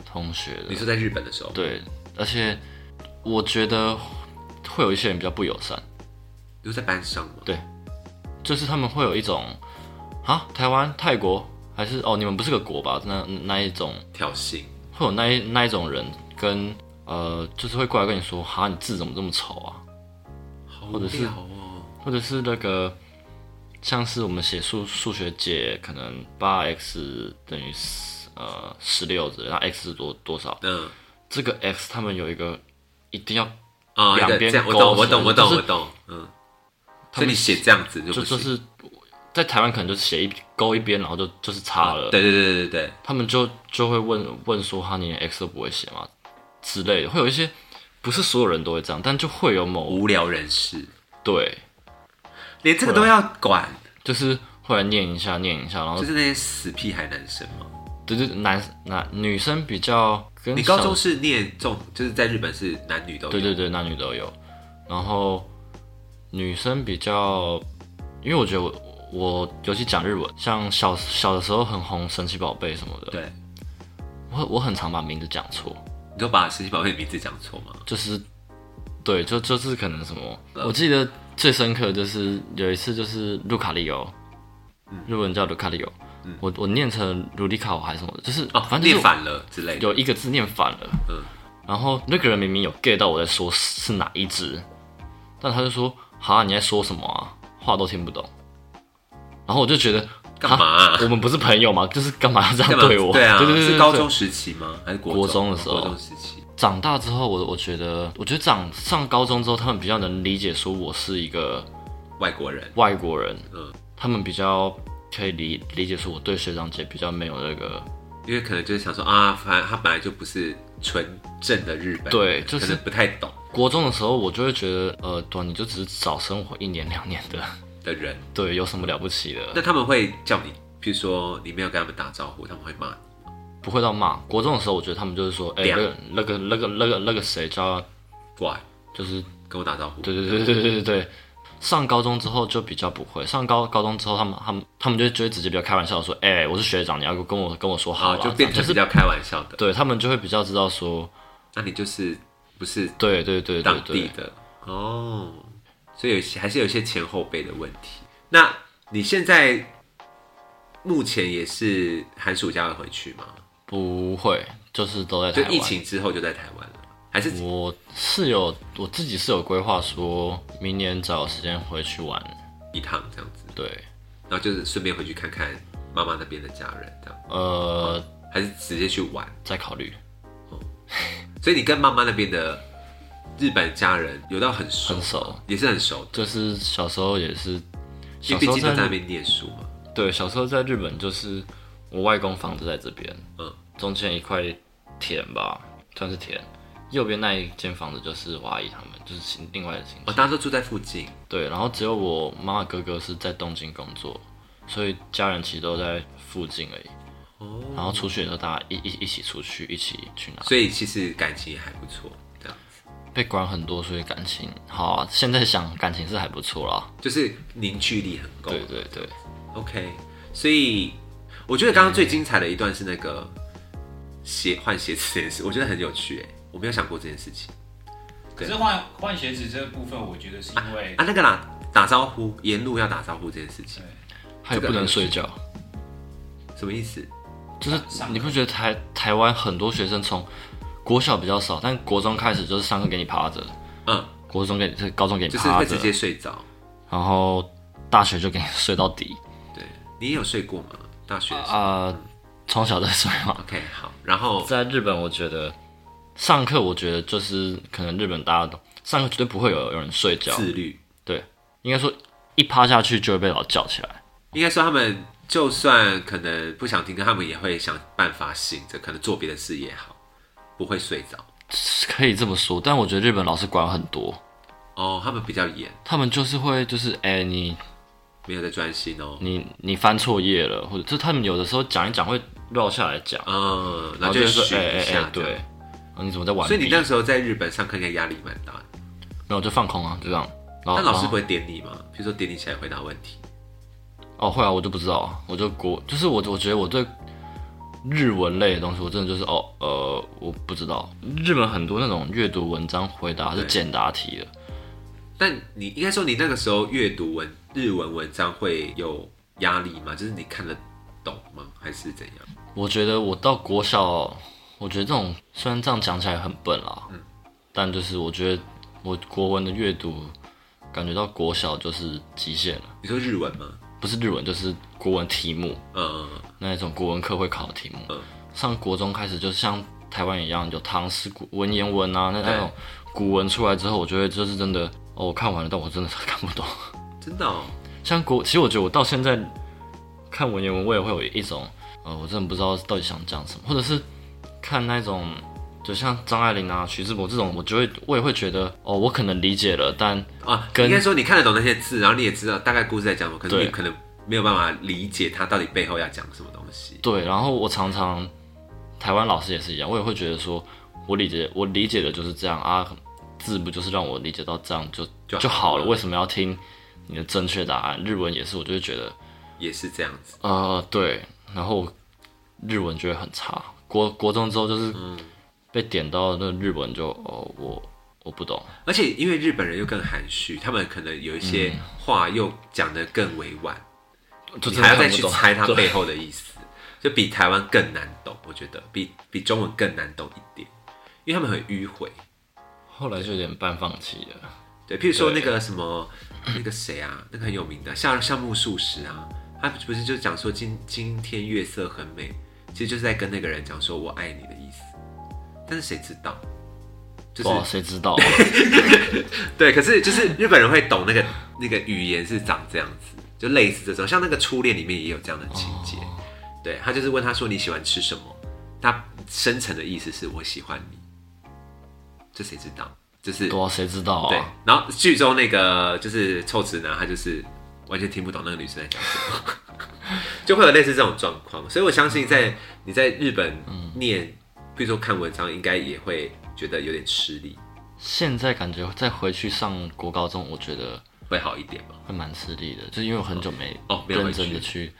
Speaker 2: 同学的
Speaker 1: 你。说在日本的时候，
Speaker 2: 对，而且我觉得会有一些人比较不友善，
Speaker 1: 你说在班上吗？
Speaker 2: 就是他们会有一种啊，台湾、泰国还是哦，你们不是个国吧？那那一种
Speaker 1: 挑衅，
Speaker 2: 会有那一那一种人跟呃，就是会过来跟你说，哈，你字怎么这么丑啊？
Speaker 1: 好无
Speaker 2: 或者是
Speaker 1: 聊哦。
Speaker 2: 或者是那个像是我们写数数学解，可能八 x 等于10呃十六之类，那 x 是多多少？
Speaker 1: 嗯
Speaker 2: 这个 x 他们有一个一定要
Speaker 1: 啊，
Speaker 2: 两
Speaker 1: 一个
Speaker 2: 边
Speaker 1: 这样我
Speaker 2: 勾
Speaker 1: 懂，我懂，
Speaker 2: 是
Speaker 1: 我懂，
Speaker 2: 就是
Speaker 1: 我懂。嗯，
Speaker 2: 他
Speaker 1: 所
Speaker 2: 们
Speaker 1: 以你写这样子就
Speaker 2: 就
Speaker 1: 不
Speaker 2: 就
Speaker 1: 行。
Speaker 2: 是在台湾可能就写一勾一边，然后就就是叉了，
Speaker 1: 啊对对对对对，
Speaker 2: 他们就就会问问说他连 x 都不会写吗之类的，会有一些不是所有人都会这样，但就会有某
Speaker 1: 无聊人士，
Speaker 2: 对，
Speaker 1: 连这个都要管，
Speaker 2: 就是会来念一下念一下，然后
Speaker 1: 就是那些死屁孩男生嘛。
Speaker 2: 就是男男女生比较跟
Speaker 1: 你高
Speaker 2: 小
Speaker 1: 中是念重，就是在日本是男女都有
Speaker 2: 对对对男女都有，然后女生比较，因为我觉得我我尤其讲日文，像小小的时候很红神奇宝贝什么的，
Speaker 1: 对，
Speaker 2: 我我很常把名字讲错，
Speaker 1: 你就把神奇宝贝的名字讲错吗？
Speaker 2: 就是对，就就是可能什么，我记得最深刻的就是有一次就是卢卡利欧，
Speaker 1: 嗯
Speaker 2: 日文叫卢卡利欧，我我念成卢利卡还是什么的，就是
Speaker 1: 哦，
Speaker 2: 啊反正就是
Speaker 1: 念反了之类的。
Speaker 2: 有一个字念反了，
Speaker 1: 嗯
Speaker 2: 然后那个人明明有 get 到我在说是哪一只，但他就说：“哈，你在说什么啊？话都听不懂。”然后我就觉得
Speaker 1: 干嘛啊
Speaker 2: 哈我们不是朋友吗？就是干嘛要这
Speaker 1: 干
Speaker 2: 样
Speaker 1: 嘛
Speaker 2: 对我？
Speaker 1: 对啊，
Speaker 2: 对对对
Speaker 1: 是高。
Speaker 2: 对
Speaker 1: 中
Speaker 2: 对
Speaker 1: 时期吗？还是国
Speaker 2: 国中的时候
Speaker 1: 国中时期，
Speaker 2: 长大之后，我我觉得，我觉得长上高中之后，他们比较能理解说我是一个
Speaker 1: 外国人
Speaker 2: 外国人，
Speaker 1: 嗯
Speaker 2: 他们比较可以理理解说我对学长姐比较没有那个
Speaker 1: 因为可能就是想说啊，反正他本来就不是纯正的日本人，
Speaker 2: 对就是
Speaker 1: 可能不太懂
Speaker 2: 国中的时候，我就会觉得，呃，对啊，你就只是少生活一年两年的，
Speaker 1: 的人。
Speaker 2: 对，有什么了不起的？
Speaker 1: 那他们会叫你，譬如说你没有跟他们打招呼，他们会骂你。
Speaker 2: 不会到骂。国中的时候，我觉得他们就是说，哎、
Speaker 1: 两
Speaker 2: 那个那个那个那个那个谁叫他，
Speaker 1: 过来
Speaker 2: 就是
Speaker 1: 跟我打招呼。
Speaker 2: 对对对对对对对。上高中之后就比较不会，上高高中之后他们他们他们就就会直接比较开玩笑说，哎、我是学长，你要跟我跟我说好
Speaker 1: 啊，
Speaker 2: 了，
Speaker 1: 就变成比
Speaker 2: 这样就是
Speaker 1: 较开玩笑的。
Speaker 2: 对他们就会比较知道说，
Speaker 1: 那你就是不是
Speaker 2: 对对对对
Speaker 1: 当地
Speaker 2: 对，
Speaker 1: 的哦，所以有些还是有一些前后辈的问题。那你现在目前也是寒暑假会回去吗？
Speaker 2: 不会，就是都在
Speaker 1: 就
Speaker 2: 台湾。
Speaker 1: 疫情之后就在台湾了，还是
Speaker 2: 我是有我自己是有规划，说明年找时间回去玩。
Speaker 1: 一趟这样子？
Speaker 2: 对，
Speaker 1: 然后就是顺便回去看看妈妈那边的家人，这样
Speaker 2: 呃，
Speaker 1: 还是直接去玩？
Speaker 2: 再考虑，
Speaker 1: 所以你跟妈妈那边的日本家人有到很熟，
Speaker 2: 很熟，
Speaker 1: 也是很熟的，
Speaker 2: 就是小时候也是，
Speaker 1: 因
Speaker 2: 小
Speaker 1: 为毕
Speaker 2: 时候
Speaker 1: 竟都在那
Speaker 2: 在
Speaker 1: 边念书嘛。
Speaker 2: 对小时候在日本，就是我外公房子在这边，
Speaker 1: 嗯，
Speaker 2: 中间一块田吧，算是田，右边那一间房子就是我阿姨他们，就是亲另外的亲戚
Speaker 1: 哦，大家都住在附近，
Speaker 2: 对，然后只有我妈妈哥哥是在东京工作，所以家人其实都在附近而已。
Speaker 1: 哦，
Speaker 2: 然后出去也都大家一一一起出去，一起去哪？
Speaker 1: 所以其实感情也还不错，这样。
Speaker 2: 被管很多，所以感情好、啊。现在想感情是还不错啦。
Speaker 1: 就是凝聚力很够。
Speaker 2: 对对对，
Speaker 1: OK，所以我觉得刚刚最精彩的一段是那个鞋换鞋子这件事，我觉得很有趣哎，我没有想过这件事情
Speaker 3: 可是换换鞋子这部分，我觉得是因
Speaker 2: 哎
Speaker 3: 为
Speaker 1: 啊。那个啦，打招呼，沿路要打招呼这件事情，
Speaker 2: 还有不能睡觉，
Speaker 1: 什么意思？
Speaker 2: 就是你不觉得台台湾很多学生从国小比较少，但国中开始就是上课给你趴着，
Speaker 1: 嗯，
Speaker 2: 国中给你就是高中给你
Speaker 1: 就是
Speaker 2: 趴
Speaker 1: 会
Speaker 2: 着
Speaker 1: 直，接睡着。
Speaker 2: 然后大学就给你睡到底
Speaker 1: 对你也有睡过吗？大学的时候、
Speaker 2: 啊、从小就睡嘛。
Speaker 1: OK，好。然后
Speaker 2: 在日本，我觉得上课，我觉得就是可能日本大家都上课绝对不会有有人睡觉，
Speaker 1: 自律，
Speaker 2: 对，应该说一趴下去就会被老叫起来。
Speaker 1: 应该说他们就算可能不想听课，他们也会想办法醒着，可能做别的事也好，不会睡着。
Speaker 2: 可以这么说，但我觉得日本老师管很多，
Speaker 1: 哦，他们比较严，
Speaker 2: 他们就是会就是哎、你
Speaker 1: 没有在专心哦。
Speaker 2: 你你翻错页了，或者就他们有的时候讲一讲会绕下来讲，
Speaker 1: 嗯，然
Speaker 2: 然
Speaker 1: 后
Speaker 2: 后
Speaker 1: 就
Speaker 2: 就
Speaker 1: 会
Speaker 2: 会说
Speaker 1: 学
Speaker 2: 哎
Speaker 1: 一
Speaker 2: 哎
Speaker 1: 下
Speaker 2: 哎，，对，
Speaker 1: 这样
Speaker 2: 然后你怎么在玩
Speaker 1: 所
Speaker 2: 笔？
Speaker 1: 以你那时候在日本上课应该压力蛮大的，
Speaker 2: 没有就放空啊，就这样。然后
Speaker 1: 但老
Speaker 2: 然
Speaker 1: 师
Speaker 2: 后
Speaker 1: 不会点你吗？比如说点你起来回答问题，
Speaker 2: 哦，会啊，我就不知道啊，我就国就是我，我觉得我对日文类的东西，我真的就是哦，呃，我不知道。日本很多那种阅读文章回答是
Speaker 1: 对
Speaker 2: 简答题的，
Speaker 1: 但你应该说你那个时候阅读文日文文章会有压力吗？就是你看得懂吗？还是怎样？
Speaker 2: 我觉得我到国小，我觉得这种虽然这样讲起来很笨啦，
Speaker 1: 嗯
Speaker 2: 但就是我觉得我国文的阅读感觉到国小就是极限了，
Speaker 1: 你说日文吗？
Speaker 2: 不是日文就是国文题目
Speaker 1: 嗯，
Speaker 2: 那一种国文课会考的题目。
Speaker 1: 嗯
Speaker 2: 上国中开始，就像台湾一样，有唐诗古文言文啊，那
Speaker 1: 对
Speaker 2: 那种古文出来之后，我觉得就是真的哦，我看完了，但我真的是看不懂。
Speaker 1: 真的哦，
Speaker 2: 像国，其实我觉得我到现在看文言文，我也会有一种呃，我真的不知道到底想讲什么，或者是看那种。就像张爱玲啊、徐志摩这种，我就会我也会觉得哦，我可能理解了，但
Speaker 1: 啊，
Speaker 2: 跟
Speaker 1: 应该说你看得懂那些字，然后你也知道大概故事在讲什么，可是
Speaker 2: 对
Speaker 1: 你可能没有办法理解它到底背后要讲什么东西。
Speaker 2: 对，然后我常常台湾老师也是一样，我也会觉得说，我理解我理解的就是这样啊，字不就是让我理解到这样就
Speaker 1: 就
Speaker 2: 就
Speaker 1: 好
Speaker 2: 好
Speaker 1: 了
Speaker 2: 了？为什么要听你的正确答案？日文也是，我就是觉得
Speaker 1: 也是这样子。
Speaker 2: 呃，对，然后日文觉得很差。国国中之后就是
Speaker 1: 嗯
Speaker 2: 被点到那日文就哦，我我不懂，
Speaker 1: 而且因为日本人又更含蓄，他们可能有一些话又讲得更委婉，
Speaker 2: 嗯就
Speaker 1: 你
Speaker 2: 真的
Speaker 1: 还要
Speaker 2: 看
Speaker 1: 再
Speaker 2: 不
Speaker 1: 去
Speaker 2: 懂
Speaker 1: 猜它
Speaker 2: 对
Speaker 1: 背后的意思，就比台湾更难懂，我觉得比比中文更难懂一点，因为他们很迂回。
Speaker 2: 后来就有点半放弃了。
Speaker 1: 对，譬如说那
Speaker 2: 对
Speaker 1: 个什么，那个谁啊，那个很有名的夏夏目漱石啊，他不是就讲说今今天月色很美，其实就是在跟那个人讲说我爱你的意思，但是谁知道？就是
Speaker 2: 哇，谁知道？啊
Speaker 1: 对，可是就是日本人会懂那个那个语言是长这样子，就类似这种，像那个初恋里面也有这样的情节。
Speaker 2: 哦
Speaker 1: 对他就是问他说你喜欢吃什么，他深层的意思是我喜欢你，这谁知道？就是
Speaker 2: 对啊，谁知道
Speaker 1: 对
Speaker 2: 啊？，
Speaker 1: 然后剧中那个就是臭直男，他就是完全听不懂那个女生在讲什么， 就会有类似这种状况。所以我相信在，你在日本念，比如说看文章，应该也会觉得有点吃力，
Speaker 2: 现在感觉再回去上国高中，我觉得
Speaker 1: 会好一点吗？
Speaker 2: 会蛮吃力的，就是因为我很久没
Speaker 1: 哦没有回
Speaker 2: 认
Speaker 1: 去
Speaker 2: 真的去、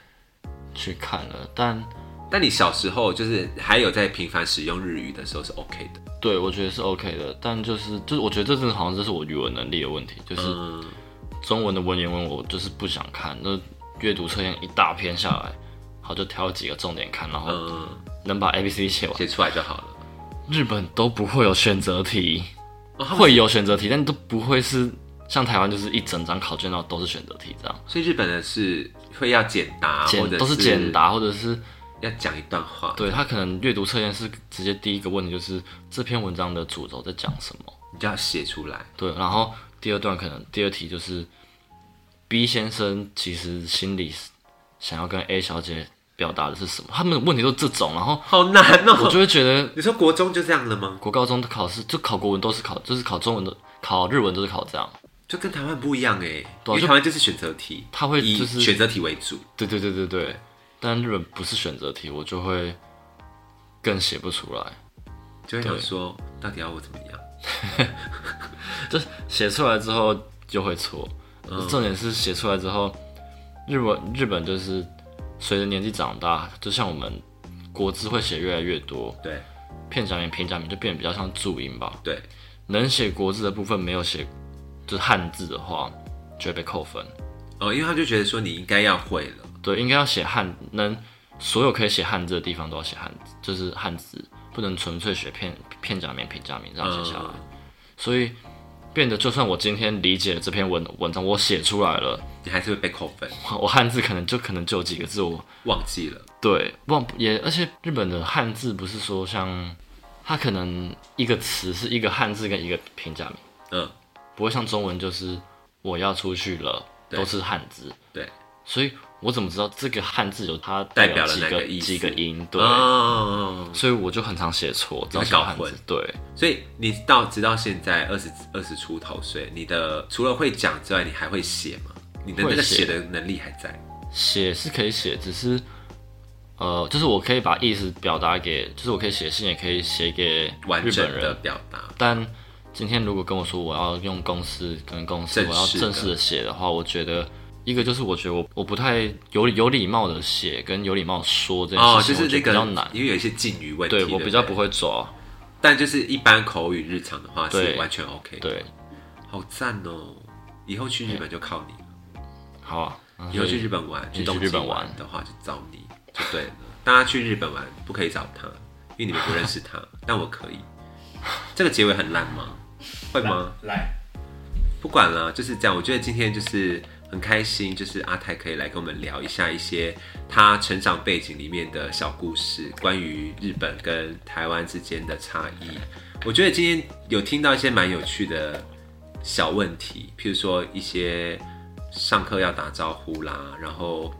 Speaker 2: 去看了。但
Speaker 1: 但你小时候就是还有在频繁使用日语的时候是 OK 的，
Speaker 2: 对我觉得是 OK 的，但就是就是我觉得这真的好像这是我语文能力的问题，就是
Speaker 1: 嗯，
Speaker 2: 中文的文言文我就是不想看，那阅读测验一大篇下来，好就挑几个重点看，然后
Speaker 1: 嗯，
Speaker 2: 能把 A B C 写完。
Speaker 1: 写出来就好了。
Speaker 2: 日本都不会有选择题，
Speaker 1: 哦他们
Speaker 2: 会有选择题，但都不会是像台湾就是一整张考卷然后都是选择题这样，
Speaker 1: 所以日本人是会要简答，啊或
Speaker 2: 简
Speaker 1: 者
Speaker 2: 都是简，答或者是
Speaker 1: 要讲一段话，
Speaker 2: 对他可能阅读测验是直接第一个问题就是这篇文章的主轴在讲什么，
Speaker 1: 你就要写出来。
Speaker 2: 对，然后第二段可能第二题就是 B 先生其实心里想要跟 A 小姐表达的是什么，他们的问题都这种，然后
Speaker 1: 好难哦、
Speaker 2: 我就会觉得
Speaker 1: 你说国中就这样了吗？
Speaker 2: 国高中的考试就考国文都是考，就是考中文的考日文都是考这样，
Speaker 1: 就跟台湾不一样哎、因
Speaker 2: 对啊
Speaker 1: 为
Speaker 2: 就
Speaker 1: 台湾就是选择题，
Speaker 2: 他会
Speaker 1: 以
Speaker 2: 就是
Speaker 1: 选择题为主。
Speaker 2: 对对对对对，但日本不是选择题，我就会更写不出来。
Speaker 1: 就会想说，到底要我怎么样？
Speaker 2: 就是写出来之后就会错。重点是写出来之后，日本日本就是随着年纪长大，就像我们国字会写越来越多，
Speaker 1: 对
Speaker 2: 片假名、平假名就变得比较像注音吧。
Speaker 1: 对，
Speaker 2: 能写国字的部分没有写，就是汉字的话就会被扣分。
Speaker 1: 哦，因为他就觉得说你应该要会了，
Speaker 2: 对，应该要写汉，能所有可以写汉字的地方都要写汉字，就是汉字，不能纯粹写片片假名、平假名这样写下来。所以变得，就算我今天理解了这篇文文章，我写出来了，
Speaker 1: 你还是会被扣分，
Speaker 2: 我汉字可能就可能就有几个字我
Speaker 1: 忘记了。
Speaker 2: 对忘也，而且日本的汉字不是说像它可能一个词是一个汉字跟一个平假名，
Speaker 1: 嗯，
Speaker 2: 不会像中文就是我要出去了
Speaker 1: 对
Speaker 2: 都是汉字，
Speaker 1: 对，
Speaker 2: 所以我怎么知道这个汉字有它
Speaker 1: 代表了
Speaker 2: 几
Speaker 1: 哪
Speaker 2: 个
Speaker 1: 个意思
Speaker 2: 几个音？对，
Speaker 1: 哦，
Speaker 2: 所以我就很常写错，这
Speaker 1: 会
Speaker 2: 种
Speaker 1: 搞
Speaker 2: 汉
Speaker 1: 混
Speaker 2: 字。对，
Speaker 1: 所以你到直到现在二十二十出头岁，你的除了会讲之外，你还会写吗？你的那个
Speaker 2: 会写
Speaker 1: 写的能力还在？
Speaker 2: 写是可以写，只是呃，就是我可以把意思表达给，就是我可以写信，也可以写给
Speaker 1: 完
Speaker 2: 日
Speaker 1: 整
Speaker 2: 本
Speaker 1: 的
Speaker 2: 人。
Speaker 1: 表达，
Speaker 2: 但今天如果跟我说我要用公司跟公司，
Speaker 1: 正式的
Speaker 2: 我要正式的写的话，我觉得一个就是我觉得我我不太有有礼貌的写跟有礼貌地说这件
Speaker 1: 哦，就
Speaker 2: 事情，
Speaker 1: 是
Speaker 2: 我觉得
Speaker 1: 那个
Speaker 2: 比较难。
Speaker 1: 因为有一些敬语问题，
Speaker 2: 对
Speaker 1: 对
Speaker 2: 我
Speaker 1: 对
Speaker 2: 比较不，会啊抓，
Speaker 1: 但就是一般口语日常的话是
Speaker 2: 对
Speaker 1: 完全 OK 的。
Speaker 2: 对，
Speaker 1: 好赞哦！以后去日本就靠你了，
Speaker 2: 好啊。嗯
Speaker 1: 以后
Speaker 2: 所
Speaker 1: 去
Speaker 2: 以
Speaker 1: 日本玩，
Speaker 2: 你去
Speaker 1: 东京
Speaker 2: 日本玩
Speaker 1: 的话就找你就对了。大家去日本玩不可以找他，因为你们不认识 他，但我可以。这个结尾很烂吗？会吗？
Speaker 3: 来，
Speaker 1: 不管了，就是这样。我觉得今天就是很开心，就是阿泰可以来跟我们聊一下一些他成长背景里面的小故事，关于日本跟台湾之间的差异。我觉得今天有听到一些蛮有趣的小问题，譬如说一些上课要打招呼啦，然后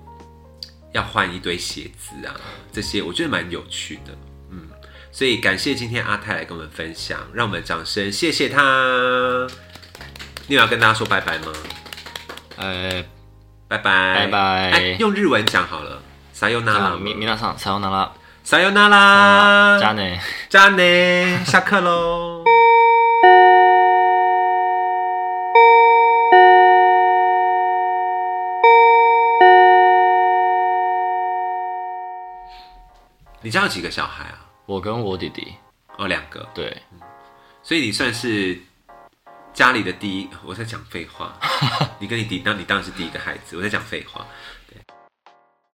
Speaker 1: 要换一堆鞋子啊，这些我觉得蛮有趣的。嗯，所以感谢今天阿泰来跟我们分享，让我们掌声谢谢他。你有要跟大家说拜拜吗？
Speaker 2: 呃，
Speaker 1: 拜拜
Speaker 2: 拜拜
Speaker 1: 哎，用日文讲好了。撒由那拉
Speaker 2: 那，啊米米娜桑，撒由那拉，
Speaker 1: 撒由那拉，
Speaker 2: 哦加内。
Speaker 1: 加呢，下课喽。你家有几个小孩啊？
Speaker 2: 我跟我弟弟，
Speaker 1: 哦，两个，
Speaker 2: 对，
Speaker 1: 所以你算是家 里的第一。我在讲废话，你跟你弟，那你当然是第一个孩子。我在讲废话，对。